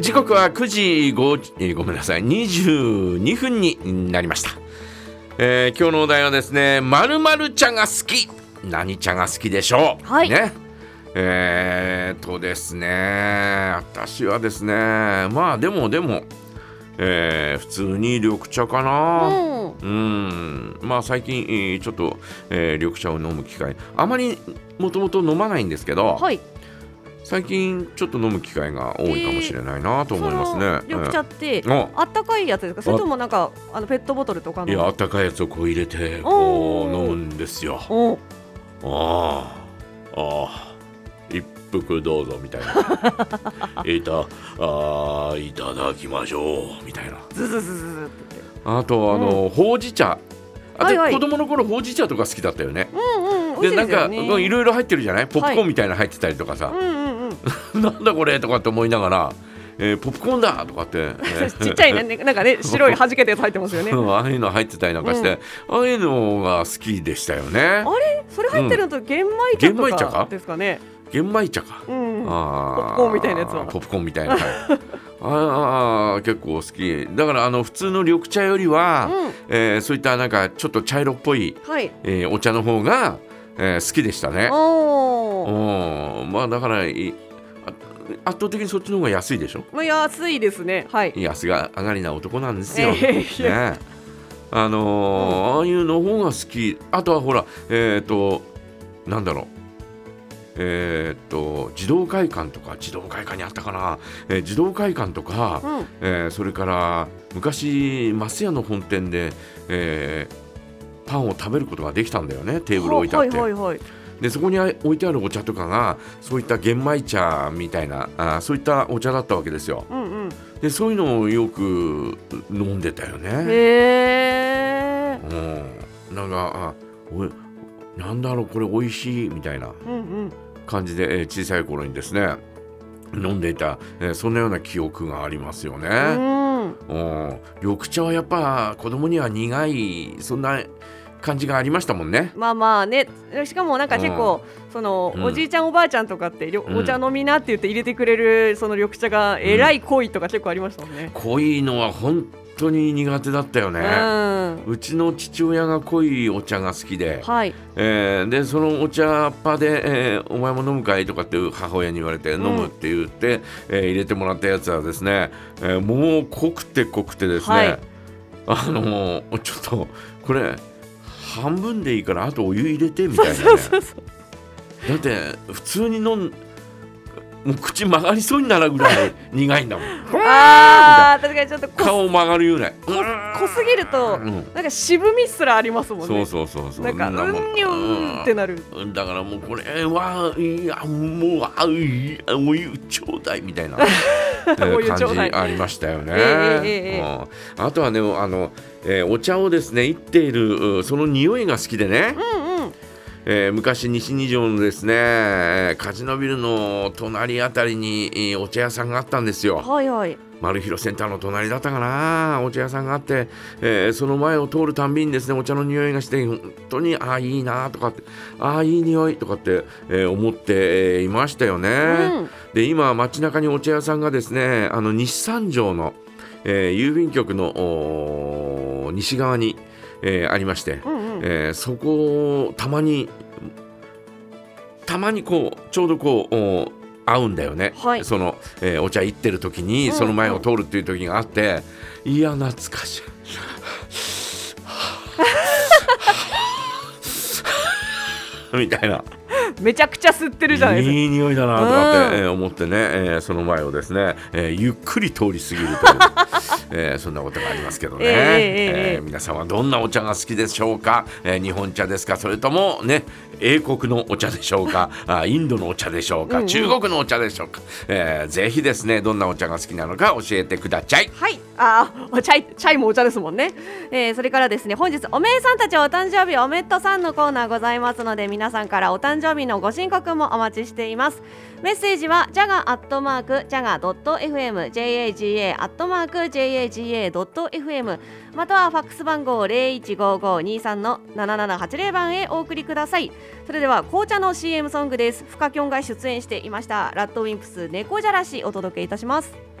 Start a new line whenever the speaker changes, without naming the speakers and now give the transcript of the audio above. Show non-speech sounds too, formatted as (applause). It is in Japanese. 時刻は9時5、えーごめんなさい22分になりました、えー今日のお題はですね「まるまる茶が好き」何茶が好きでしょう
はい
ねえー、とですね私はですねまあでもでも、えー普通に緑茶かな、
うん
うんまあ最近えーちょっと、えー緑茶を飲む機会あまりもともと飲まないんですけど、
はい
最近ちょっと飲む機会が多いかもしれないなと思いますね、
その緑茶っ
え
て、
え
あったかいやつですかそれともなんかあのペットボトルとか
い
の
やあったかいやつをこう入れてこう飲むんですよ
お
ああああ一服どうぞみたい
(laughs)
ないたあーいただきましょうみたいな
ズズズズズって言って
あとあの、ほうじ茶あと、
はいはい
子供の頃ほうじ茶とか好きだったよね
うんうん
で
美味しいで
なん
すよ
か
ね
うんいろいろ入ってるじゃないポップコーンみたいなの入ってたりとかさ、
うんうんうん
なんだこれとかって思いながら、えーポップコーンだとかって、ね
(laughs) ちっちゃい
(laughs)
ねなんかね白い弾けたやつ入ってますよね
うんああいうの入ってたりなんかして、ああいうのが好きでしたよね
あれそれ入ってるのと玄米茶
玄米茶
と
か
かですかね
玄米茶か、
うんうん
あ
ポップコーンみたいなやつは
ポップコーンみたいな、はいああ結構好きだからあの普通の緑茶よりは、
うん
えーそういったなんかちょっと茶色っぽい、
はい
えーお茶の方が、えー好きでしたね
お
う
ー
んまあだからいあ圧倒的にそっちの方が安いでしょ
まあ安いですねはい
安が上がりな男なんですよ。
いやいやい
ね、あのーああいうの方が好きあとはほらえっ、となんだろうえっ、と児童会館とか児童会館にあったかな、えー児童会館とか、
うん
えーそれから昔増屋の本店で、えーパンを食べることができたんだよねテーブル置いてあって。
はいはいはい
でそこにあ置いてあるお茶とかがそういった玄米茶みたいなあーそういったお茶だったわけですよ。
うんうん
でそういうのをよく飲んでたよね。
へえ
うん、なんかあおいなんだろうこれ美味しいみたいな
うんうん
感じで、えー小さい頃にですね飲んでいた、えーそんなような記憶がありますよ
う
ね。
ん
うん、緑茶はやっぱ子供には苦いそんな感じがありましたもんね。
まあまあねしかもなんか結構その
うん
おじいちゃんおばあちゃんとかってりょ
うん
お茶飲みなって言って入れてくれるその緑茶がえらい濃いとか結構ありましたもんね
濃いのは本当に苦手だったよ
う
ね。
ん
うちの父親が濃いお茶が好きで、
はい (laughs)
えーでそのお茶っ葉で、えーお前も飲むかい?」とかって母親に言われて「飲
ん
む」って言って、えー入れてもらったやつはですね、えーもう濃くて濃くてですね、
はい
あのーちょっとこれ半分でいいからあとお湯入れてみたいなねだって普通に飲んもう口曲がりそうになるぐらい苦いんだも
(laughs)
ん
あー確かにちょっと濃
顔曲がるぐらい濃
濃すぎると
うん
なんか渋みすらありますもん
そう
ね
そうそうそう
なんか
そも
うんにゅんってなる
だからもうこれはいやもうあいやお湯ちょうだいみた
(laughs)
いなえー
お湯
感
ちょう
じ
だい
ありましたよね。
ええええええ
うんあとはねあの、えーお茶をですねいっているうその匂いが好きでね、
うんうん
えー昔西二条のですねえーカジノビルの隣あたりにえーお茶屋さんがあったんですよ。
はいはい
マルヒロセンターの隣だったかなお茶屋さんがあって、えーその前を通るたんびにですねお茶の匂いがして本当にああいいなとかってああいい匂いとかって、えー思って、えーいましたよね、
うん
で今街中にお茶屋さんがですねあの西三条の、えー郵便局のおー西側に、えーありまして、
うんうん
えーそこをたまにたまにこうちょうどこうお会うんだよね、
はい
その、えーお茶行ってる時
うん
に
うん
その前を通るっていう時があって、いや懐かしい。 (laughs) みたいな
めちゃくちゃ吸ってるじゃないです
いい匂いだなとかって、
うん
えー思ってね、えーその前をですね、えーゆっくり通り過ぎるとい
(laughs)
う、えーそんなことがありますけどね、
えーえーえー
えー皆さんはどんなお茶が好きでしょうか、えー日本茶ですかそれともね英国のお茶でしょうかあインドのお茶でしょうか、
うんうん
中国のお茶でしょうか、えーぜひですねどんなお茶が好きなのか教えてください。
かはいあーおチャイチャイもお茶ですもんね、えー、それからですね本日おめえさんたちお誕生日おめっとさんのコーナーございますので皆さんからお誕生日のご申告もお待ちしていますメッセージはジャガアットマークジャガドット FM JAGA アットマーク JAGA ドット FM またはファックス番号零一五五二三の七七八零番へお送りください。それでは紅茶の CM ソングです。フカキョンが出演していましたラッドウィンプス猫じゃらしお届けいたします。